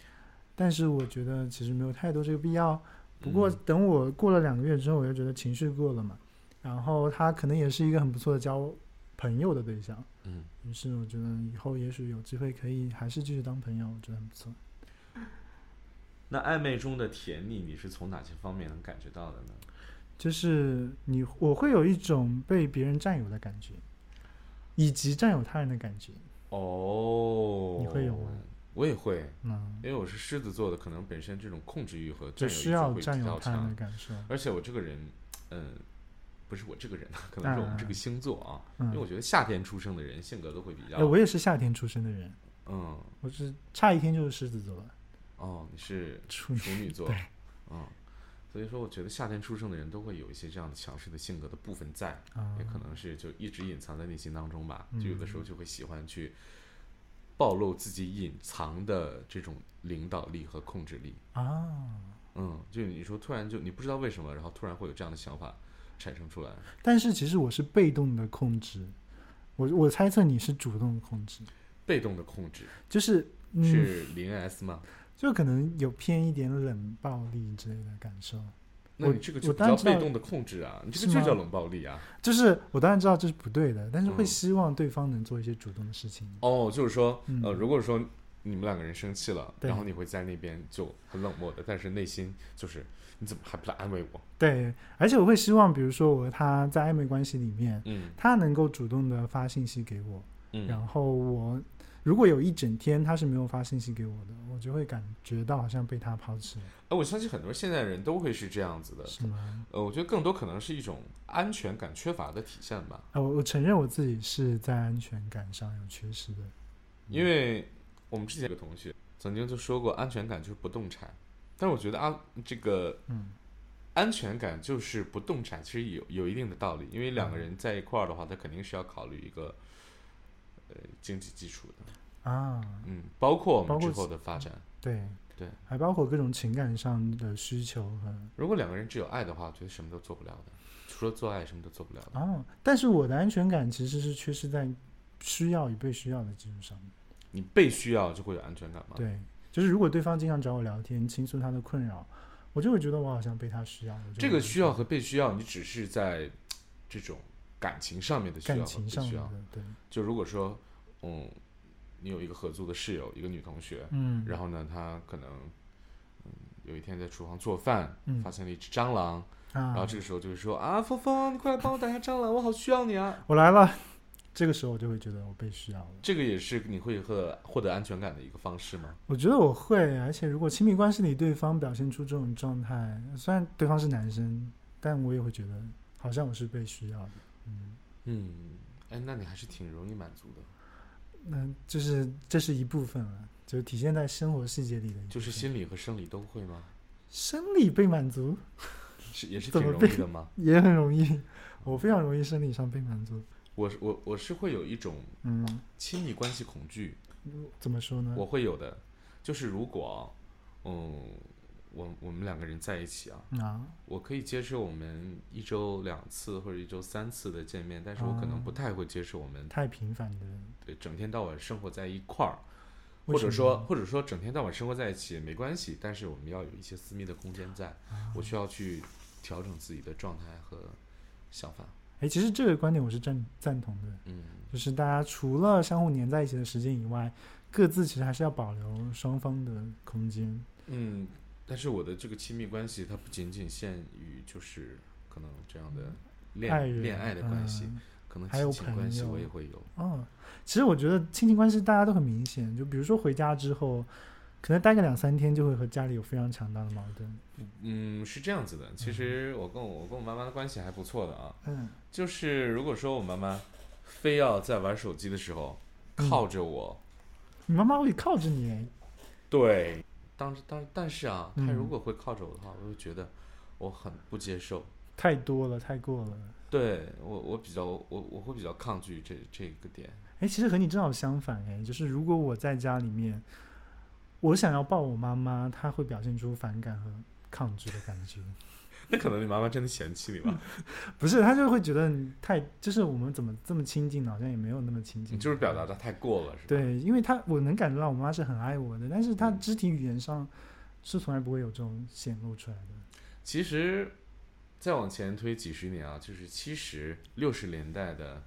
[SPEAKER 7] 但是我觉得其实没有太多这个必要。不过
[SPEAKER 8] 嗯
[SPEAKER 7] 等我过了两个月之后，我就觉得情绪过了嘛，然后他可能也是一个很不错的交朋友的对象，
[SPEAKER 8] 嗯，
[SPEAKER 7] 于是我觉得以后也许有机会可以还是继续当朋友，我觉得很不错。
[SPEAKER 8] 那暧昧中的甜腻，你是从哪些方面能感觉到的呢？
[SPEAKER 7] 就是你我会有一种被别人占有的感觉，以及占有他人的感觉。
[SPEAKER 8] 哦，
[SPEAKER 7] 你会有吗？
[SPEAKER 8] 我也会，
[SPEAKER 7] 嗯，
[SPEAKER 8] 因为我是狮子座的，可能本身这种控制欲和
[SPEAKER 7] 就
[SPEAKER 8] 占有
[SPEAKER 7] 需
[SPEAKER 8] 欲
[SPEAKER 7] 要
[SPEAKER 8] 会
[SPEAKER 7] 占
[SPEAKER 8] 比
[SPEAKER 7] 有
[SPEAKER 8] 较
[SPEAKER 7] 他人的
[SPEAKER 8] 强。
[SPEAKER 7] 感受。
[SPEAKER 8] 而且我这个人，嗯、不是我这个人，啊 可能是我们这个星座啊，
[SPEAKER 7] 嗯
[SPEAKER 8] 因为我觉得夏天出生的人性格都会比较
[SPEAKER 7] 哎，，我也是夏天出生的人，
[SPEAKER 8] 嗯，
[SPEAKER 7] 我是差一天就是狮子座了，
[SPEAKER 8] 哦，你是
[SPEAKER 7] 处女
[SPEAKER 8] 处女座
[SPEAKER 7] 对，
[SPEAKER 8] 嗯，所以说我觉得夏天出生的人都会有一些这样的强势的性格的部分在，
[SPEAKER 7] 啊
[SPEAKER 8] 也可能是就一直隐藏在内心当中吧，就有的时
[SPEAKER 7] 嗯
[SPEAKER 8] 候就会喜欢去暴露自己隐藏的这种领导力和控制力，
[SPEAKER 7] 啊！
[SPEAKER 8] 嗯，就你说突然就你不知道为什么，然后突然会有这样的想法产生出来，
[SPEAKER 7] 但是其实我是被动的控制，我我猜测你是主动控制，
[SPEAKER 8] 被动的控制
[SPEAKER 7] 就是嗯，
[SPEAKER 8] 是零 S 吗？
[SPEAKER 7] 就可能有偏一点冷暴力之类的感受。
[SPEAKER 8] 那
[SPEAKER 7] 我
[SPEAKER 8] 你这个
[SPEAKER 7] 我
[SPEAKER 8] 就比
[SPEAKER 7] 当
[SPEAKER 8] 较
[SPEAKER 7] 然知道
[SPEAKER 8] 被动的控制啊，你这个
[SPEAKER 7] 是
[SPEAKER 8] 就
[SPEAKER 7] 吗
[SPEAKER 8] 叫冷暴力啊。
[SPEAKER 7] 就是我当然知道这是不对的，但是会
[SPEAKER 8] 嗯
[SPEAKER 7] 希望对方能做一些主动的事情。
[SPEAKER 8] 哦，就是说，
[SPEAKER 7] 嗯
[SPEAKER 8] 呃，如果说你们两个人生气了，
[SPEAKER 7] 对
[SPEAKER 8] 然后你会在那边就很冷漠的，但是内心就是你怎么还不来安慰我？
[SPEAKER 7] 对，而且我会希望，比如说我和他在暧昧关系里面，
[SPEAKER 8] 嗯
[SPEAKER 7] 他能够主动的发信息给我，然
[SPEAKER 8] 嗯，
[SPEAKER 7] 后我如果有一整天他是没有发信息给我的，我就会感觉到好像被他抛弃了，
[SPEAKER 8] 哎，我相信很多现代人都会是这样子的。
[SPEAKER 7] 是吗？
[SPEAKER 8] 呃，我觉得更多可能是一种安全感缺乏的体现吧，
[SPEAKER 7] 啊，我我承认我自己是在安全感上有缺失的，
[SPEAKER 8] 因为我们之前有个同学曾经就说过，安全感就是不动产，但是我觉得啊，这个
[SPEAKER 7] 嗯
[SPEAKER 8] 安全感就是不动产，其实有有一定的道理，因为两个
[SPEAKER 7] 嗯
[SPEAKER 8] 人在一块儿的话，他肯定是要考虑一个呃经济基础的，
[SPEAKER 7] 啊，
[SPEAKER 8] 嗯，包括我
[SPEAKER 7] 包
[SPEAKER 8] 们
[SPEAKER 7] 括
[SPEAKER 8] 之后的发展。
[SPEAKER 7] 对
[SPEAKER 8] 对，
[SPEAKER 7] 还包括各种情感上的需求和
[SPEAKER 8] 如果两个人只有爱的话，我觉得什么都做不了的，除了做爱什么都做不了的。
[SPEAKER 7] 啊，但是我的安全感其实是缺失在需要与被需要的基础上的。
[SPEAKER 8] 你被需要就会有安全感吗？，
[SPEAKER 7] 对，就是如果对方经常找我聊天，倾诉他的困扰，我就会觉得我好像被他需要。我就
[SPEAKER 8] 这
[SPEAKER 7] 会
[SPEAKER 8] 个需要和被需要，你只是在这种感情上面的需
[SPEAKER 7] 感
[SPEAKER 8] 要和
[SPEAKER 7] 情
[SPEAKER 8] 被
[SPEAKER 7] 上
[SPEAKER 8] 需
[SPEAKER 7] 面
[SPEAKER 8] 要
[SPEAKER 7] 的。，对，
[SPEAKER 8] 就如果说，嗯，你有一个合租的室友，一个女同学，
[SPEAKER 7] 嗯，
[SPEAKER 8] 然后呢，他可能，嗯，有一天在厨房做饭，
[SPEAKER 7] 嗯
[SPEAKER 8] 发现了一只蟑螂，
[SPEAKER 7] 啊，
[SPEAKER 8] 然后这个时候就会说啊，峰峰，你快来帮我打下蟑螂，我好需要你啊。
[SPEAKER 7] 我来了，这个时候我就会觉得我被需要了。
[SPEAKER 8] 这个也是你会和获得安全感的一个方式吗？
[SPEAKER 7] 我觉得我会，啊而且如果亲密关系里对方表现出这种状态，虽然对方是男生，但我也会觉得好像我是被需要的。嗯，
[SPEAKER 8] 嗯，哎，那你还是挺容易满足的，
[SPEAKER 7] 那嗯就是这是一部分了，就体现在生活细节里的一部分，
[SPEAKER 8] 就是心理和生理都会吗？
[SPEAKER 7] 生理被满足
[SPEAKER 8] 是也是
[SPEAKER 7] 怎
[SPEAKER 8] 挺
[SPEAKER 7] 么
[SPEAKER 8] 容
[SPEAKER 7] 被
[SPEAKER 8] 易的吗？
[SPEAKER 7] 也很容易，我非常容易生理上被满足。
[SPEAKER 8] 我是我我是会有一种
[SPEAKER 7] 嗯，
[SPEAKER 8] 亲密关系恐惧，
[SPEAKER 7] 怎么说呢？
[SPEAKER 8] 我会有的，就是如果，嗯，我我们两个人在一起啊，
[SPEAKER 7] 啊，
[SPEAKER 8] 我可以接受我们一周两次或者一周三次的见面，但是我可
[SPEAKER 7] 哦
[SPEAKER 8] 能不太会接受我们
[SPEAKER 7] 太频繁的，
[SPEAKER 8] 呃整天到晚生活在一块儿，
[SPEAKER 7] 为
[SPEAKER 8] 或者
[SPEAKER 7] 什
[SPEAKER 8] 说
[SPEAKER 7] 么
[SPEAKER 8] 或者说整天到晚生活在一起也没关系，但是我们要有一些私密的空间在，
[SPEAKER 7] 哦
[SPEAKER 8] 我需要去调整自己的状态和想法。
[SPEAKER 7] 哎，其实这个观点我是赞赞同的，
[SPEAKER 8] 嗯，
[SPEAKER 7] 就是大家除了相互粘在一起的时间以外，各自其实还是要保留双方的空间。
[SPEAKER 8] 嗯，但是我的这个亲密关系，它不仅仅限于就是可能这样的
[SPEAKER 7] 爱
[SPEAKER 8] 恋
[SPEAKER 7] 人
[SPEAKER 8] 恋爱的关系，
[SPEAKER 7] 嗯
[SPEAKER 8] 可能
[SPEAKER 7] 还有
[SPEAKER 8] 亲情关系
[SPEAKER 7] 朋友
[SPEAKER 8] 我也会有。
[SPEAKER 7] 哦，其实我觉得亲情关系大家都很明显，就比如说回家之后，可能待个两三天就会和家里有非常强大的矛盾。
[SPEAKER 8] 嗯，是这样子的。其实我跟我我跟我妈妈的关系还不错的啊，
[SPEAKER 7] 嗯，
[SPEAKER 8] 就是如果说我妈妈非要在玩手机的时候
[SPEAKER 7] 嗯
[SPEAKER 8] 靠着我，
[SPEAKER 7] 你妈妈会靠着你哎，
[SPEAKER 8] 对，当时当但是啊，她
[SPEAKER 7] 嗯
[SPEAKER 8] 如果会靠着我的话，我就觉得我很不接受。
[SPEAKER 7] 太多了，太过了。
[SPEAKER 8] 对我，我比较我我会比较抗拒这这个点。
[SPEAKER 7] 哎，其实和你正好相反哎，就是如果我在家里面，我想要抱我妈妈，她会表现出反感和抗拒的感觉。
[SPEAKER 8] 那可能你妈妈真的嫌弃你吧？
[SPEAKER 7] 不是，她就会觉得你太，就是我们怎么这么亲近呢？好像也没有那么亲近。
[SPEAKER 8] 你就是表达的太过了，是吧？，嗯
[SPEAKER 7] 对，因为她我能感觉到我妈是很爱我的，但是她肢体语言上是从来不会有这种显露出来的。
[SPEAKER 8] 其实再往前推几十年啊，就是七十六十年代的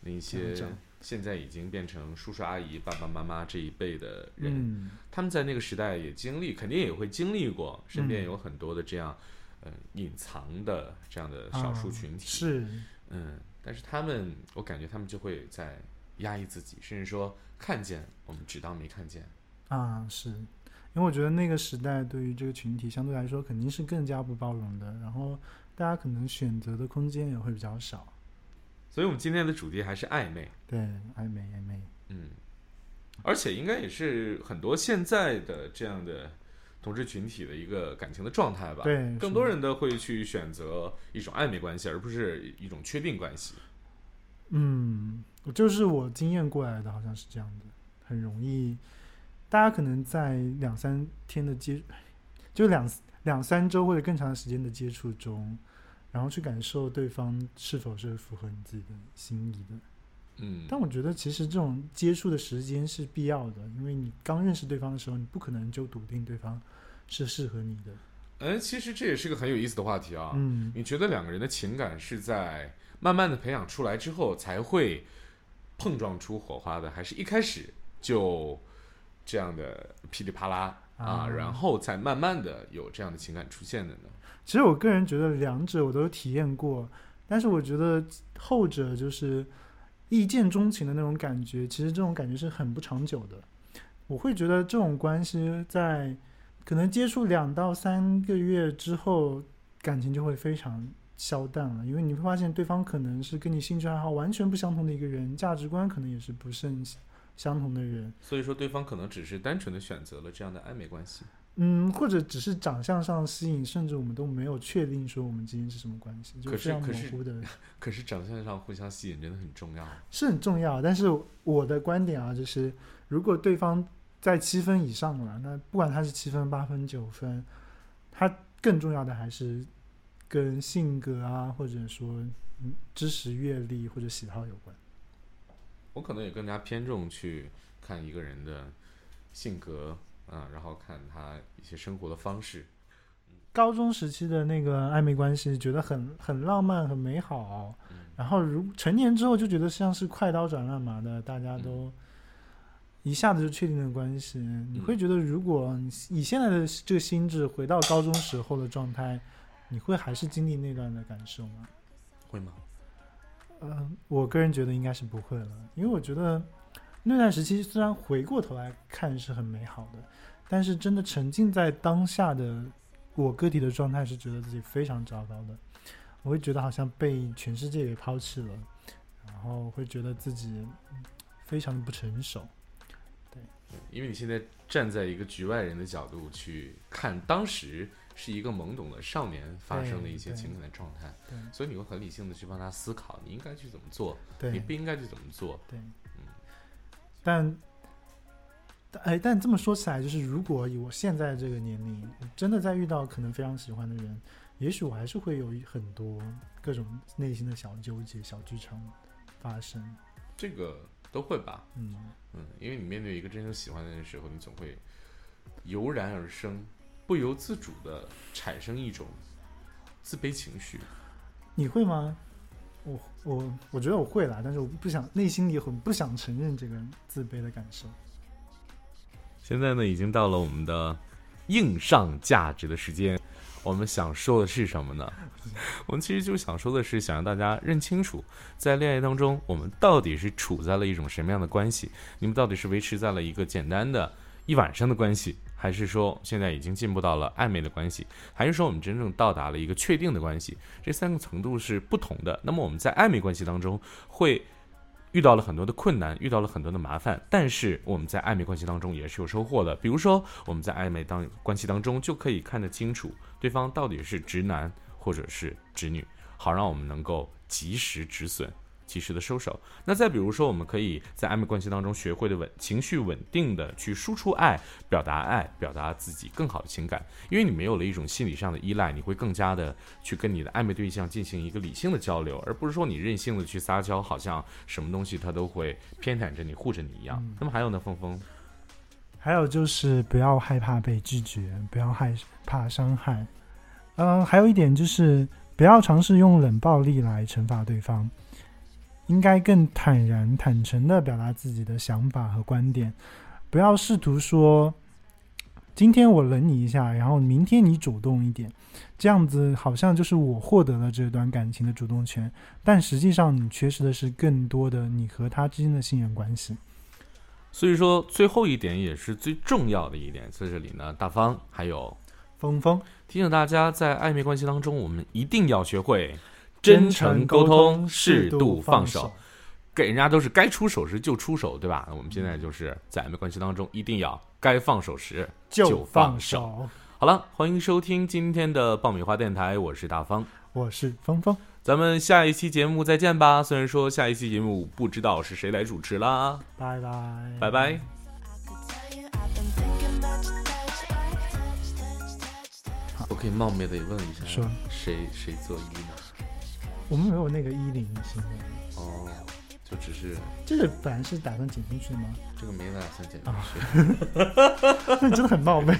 [SPEAKER 8] 那些
[SPEAKER 7] 家长
[SPEAKER 8] 现在已经变成叔叔阿姨、爸爸妈妈这一辈的人，
[SPEAKER 7] 嗯
[SPEAKER 8] 他们在那个时代也经历，肯定也会经历过，身边
[SPEAKER 7] 嗯
[SPEAKER 8] 有很多的这样，呃，隐藏的这样的少数
[SPEAKER 7] 啊
[SPEAKER 8] 群体。
[SPEAKER 7] 是
[SPEAKER 8] 嗯，但是他们，我感觉他们就会在压抑自己，甚至说看见我们只当没看见。
[SPEAKER 7] 啊，是因为我觉得那个时代对于这个群体相对来说肯定是更加不包容的，然后大家可能选择的空间也会比较少。
[SPEAKER 8] 所以我们今天的主题还是暧昧，
[SPEAKER 7] 对，暧昧暧昧，
[SPEAKER 8] 嗯，而且应该也是很多现在的这样的同志群体的一个感情的状态吧。
[SPEAKER 7] 对是
[SPEAKER 8] 更多人的会去选择一种暧昧关系，而不是一种确定关系。
[SPEAKER 7] 嗯，我就是我经验过来的，好像是这样的，很容易，大家可能在两三天的接，就两两三周或者更长时间的接触中，然后去感受对方是否是符合你自己的心意的。
[SPEAKER 8] 嗯，
[SPEAKER 7] 但我觉得其实这种接触的时间是必要的，因为你刚认识对方的时候，你不可能就笃定对方是适合你的。
[SPEAKER 8] 哎，其实这也是个很有意思的话题啊。
[SPEAKER 7] 嗯，
[SPEAKER 8] 你觉得两个人的情感是在慢慢的培养出来之后才会碰撞出火花的，还是一开始就这样的噼里啪啦啊，
[SPEAKER 7] 啊
[SPEAKER 8] 然后再慢慢的有这样的情感出现的呢？
[SPEAKER 7] 其实我个人觉得两者我都体验过，但是我觉得后者就是一见钟情的那种感觉，其实这种感觉是很不长久的。我会觉得这种关系在可能接触两到三个月之后，感情就会非常消淡了，因为你会发现对方可能是跟你兴趣爱好完全不相同的一个人，价值观可能也是不甚相同的人，
[SPEAKER 8] 所以说，对方可能只是单纯的选择了这样的暧昧关系。
[SPEAKER 7] 嗯，或者只是长相上吸引，甚至我们都没有确定说我们之间是什么关系，就
[SPEAKER 8] 可
[SPEAKER 7] 非
[SPEAKER 8] 是
[SPEAKER 7] 常
[SPEAKER 8] 可
[SPEAKER 7] 模
[SPEAKER 8] 是
[SPEAKER 7] 糊的。
[SPEAKER 8] 可是长相上互相吸引真的很重要。
[SPEAKER 7] 是很重要，但是我的观点啊，就是如果对方在七分以上了，那不管他是七分、八分、九分，他更重要的还是跟性格啊，或者说嗯知识、阅历或者喜好有关。
[SPEAKER 8] 我可能也更加偏重去看一个人的性格啊，然后看他一些生活的方式。
[SPEAKER 7] 高中时期的那个暧昧关系，觉得很很浪漫、很美好，然后如成年之后就觉得像是快刀斩乱麻的，大家都一下子就确定了关系。你会觉得，如果你以现在的这个心智回到高中时候的状态，你会还是经历那段的感受吗？
[SPEAKER 8] 会吗？
[SPEAKER 7] 嗯，我个人觉得应该是不会了，因为我觉得那段时期虽然回过头来看是很美好的，但是真的沉浸在当下的我个体的状态是觉得自己非常糟糕的，我会觉得好像被全世界给抛弃了，然后会觉得自己嗯非常的不成熟。
[SPEAKER 8] 因为你现在站在一个局外人的角度去看，当时是一个懵懂的少年发生的一些
[SPEAKER 7] 对对
[SPEAKER 8] 情感的状态，
[SPEAKER 7] 对
[SPEAKER 8] 所以你会很理性的去帮他思考，你应该去怎么做，你
[SPEAKER 7] 对
[SPEAKER 8] 不应该去怎么做。
[SPEAKER 7] 对，嗯但。但哎，但这么说起来，就是如果以我现在这个年龄，真的再遇到可能非常喜欢的人，也许我还是会有一很多各种内心的小纠结、小剧场发生。
[SPEAKER 8] 这个都会吧，
[SPEAKER 7] 嗯，
[SPEAKER 8] 嗯，因为你面对一个真正喜欢的人的时候，你总会油然而生，不由自主的产生一种自卑情绪。
[SPEAKER 7] 你会吗？我我我觉得我会啦，但是我不想，内心里很不想承认这个自卑的感受。
[SPEAKER 8] 现在呢，已经到了我们的硬上价值的时间。我们想说的是什么呢？ 我们其实就想说的是，想让大家认清楚，在恋爱当中，我们到底是处在了一种什么样的关系？你们到底是维持在了一个简单的一晚上的关系，还是说现在已经进步到了暧昧的关系，还是说我们真正到达了一个确定的关系？这三个程度是不同的。那么我们在暧昧关系当中会遇到了很多的困难，遇到了很多的麻烦，但是我们在暧昧关系当中也是有收获的。比如说，我们在暧昧当关系当中就可以看得清楚对方到底是直男或者是直女，好让我们能够及时止损。及时的收手。那再比如说，我们可以在暧昧关系当中学会的稳情绪稳定的去输出爱，表达爱，表达自己更好的情感。因为你没有了一种心理上的依赖，你会更加的去跟你的暧昧对象进行一个理性的交流，而不是说你任性的去撒娇，好像什么东西他都会偏袒着你、护着你一样。那么还有呢，峰峰，
[SPEAKER 7] 还有就是不要害怕被拒绝，不要害怕伤害。嗯，还有一点就是不要尝试用冷暴力来惩罚对方，应该更坦然、坦诚的表达自己的想法和观点，不要试图说今天我冷你一下，然后明天你主动一点，这样子好像就是我获得了这段感情的主动权，但实际上你缺失的是更多的你和他之间的信任关系。
[SPEAKER 8] 所以说，最后一点也是最重要的一点，在这里呢，大方还有
[SPEAKER 7] 峰峰，
[SPEAKER 8] 提醒大家，在暧昧关系当中，我们一定要学会
[SPEAKER 7] 真
[SPEAKER 8] 真
[SPEAKER 7] 诚
[SPEAKER 8] 诚
[SPEAKER 7] 沟
[SPEAKER 8] 沟
[SPEAKER 7] 通
[SPEAKER 8] 通、
[SPEAKER 7] 适
[SPEAKER 8] 适
[SPEAKER 7] 度
[SPEAKER 8] 度
[SPEAKER 7] 放
[SPEAKER 8] 放
[SPEAKER 7] 手
[SPEAKER 8] 手，给人家都是该出手时就出手，对吧？我们现在就是在暧昧关系当中，一定要该放手时
[SPEAKER 7] 就
[SPEAKER 8] 放
[SPEAKER 7] 放。手。
[SPEAKER 8] 好了，欢迎收听今天的爆米花电台，我是大方。
[SPEAKER 7] 我是峰峰，
[SPEAKER 8] 咱们下一期节目再见吧。虽然说下一期节目不知道是谁来主持啦，
[SPEAKER 7] 拜拜，
[SPEAKER 8] 拜拜。
[SPEAKER 9] 我可以冒昧的问一下，
[SPEAKER 7] 说
[SPEAKER 9] 谁谁做一呢？
[SPEAKER 7] 我们没有那个一零行为，
[SPEAKER 9] 哦，就只是
[SPEAKER 7] 这个本来是打算剪进去的吗？
[SPEAKER 9] 这个没打算剪进
[SPEAKER 7] 啊
[SPEAKER 9] 去，
[SPEAKER 7] 那你真的很冒昧。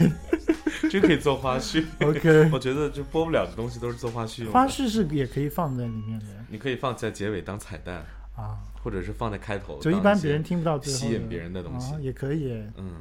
[SPEAKER 9] 这可以做花絮。
[SPEAKER 7] OK，
[SPEAKER 9] 我觉得就播不了的东西都是做花絮用的
[SPEAKER 7] 花，絮是也可以放在里面的
[SPEAKER 9] 你可以放在结尾当彩蛋，
[SPEAKER 7] 啊，
[SPEAKER 9] 或者是放在开头，
[SPEAKER 7] 就一般别人。听不到最后
[SPEAKER 9] 吸引别人的东西
[SPEAKER 7] 啊、也可以耶。
[SPEAKER 9] 嗯，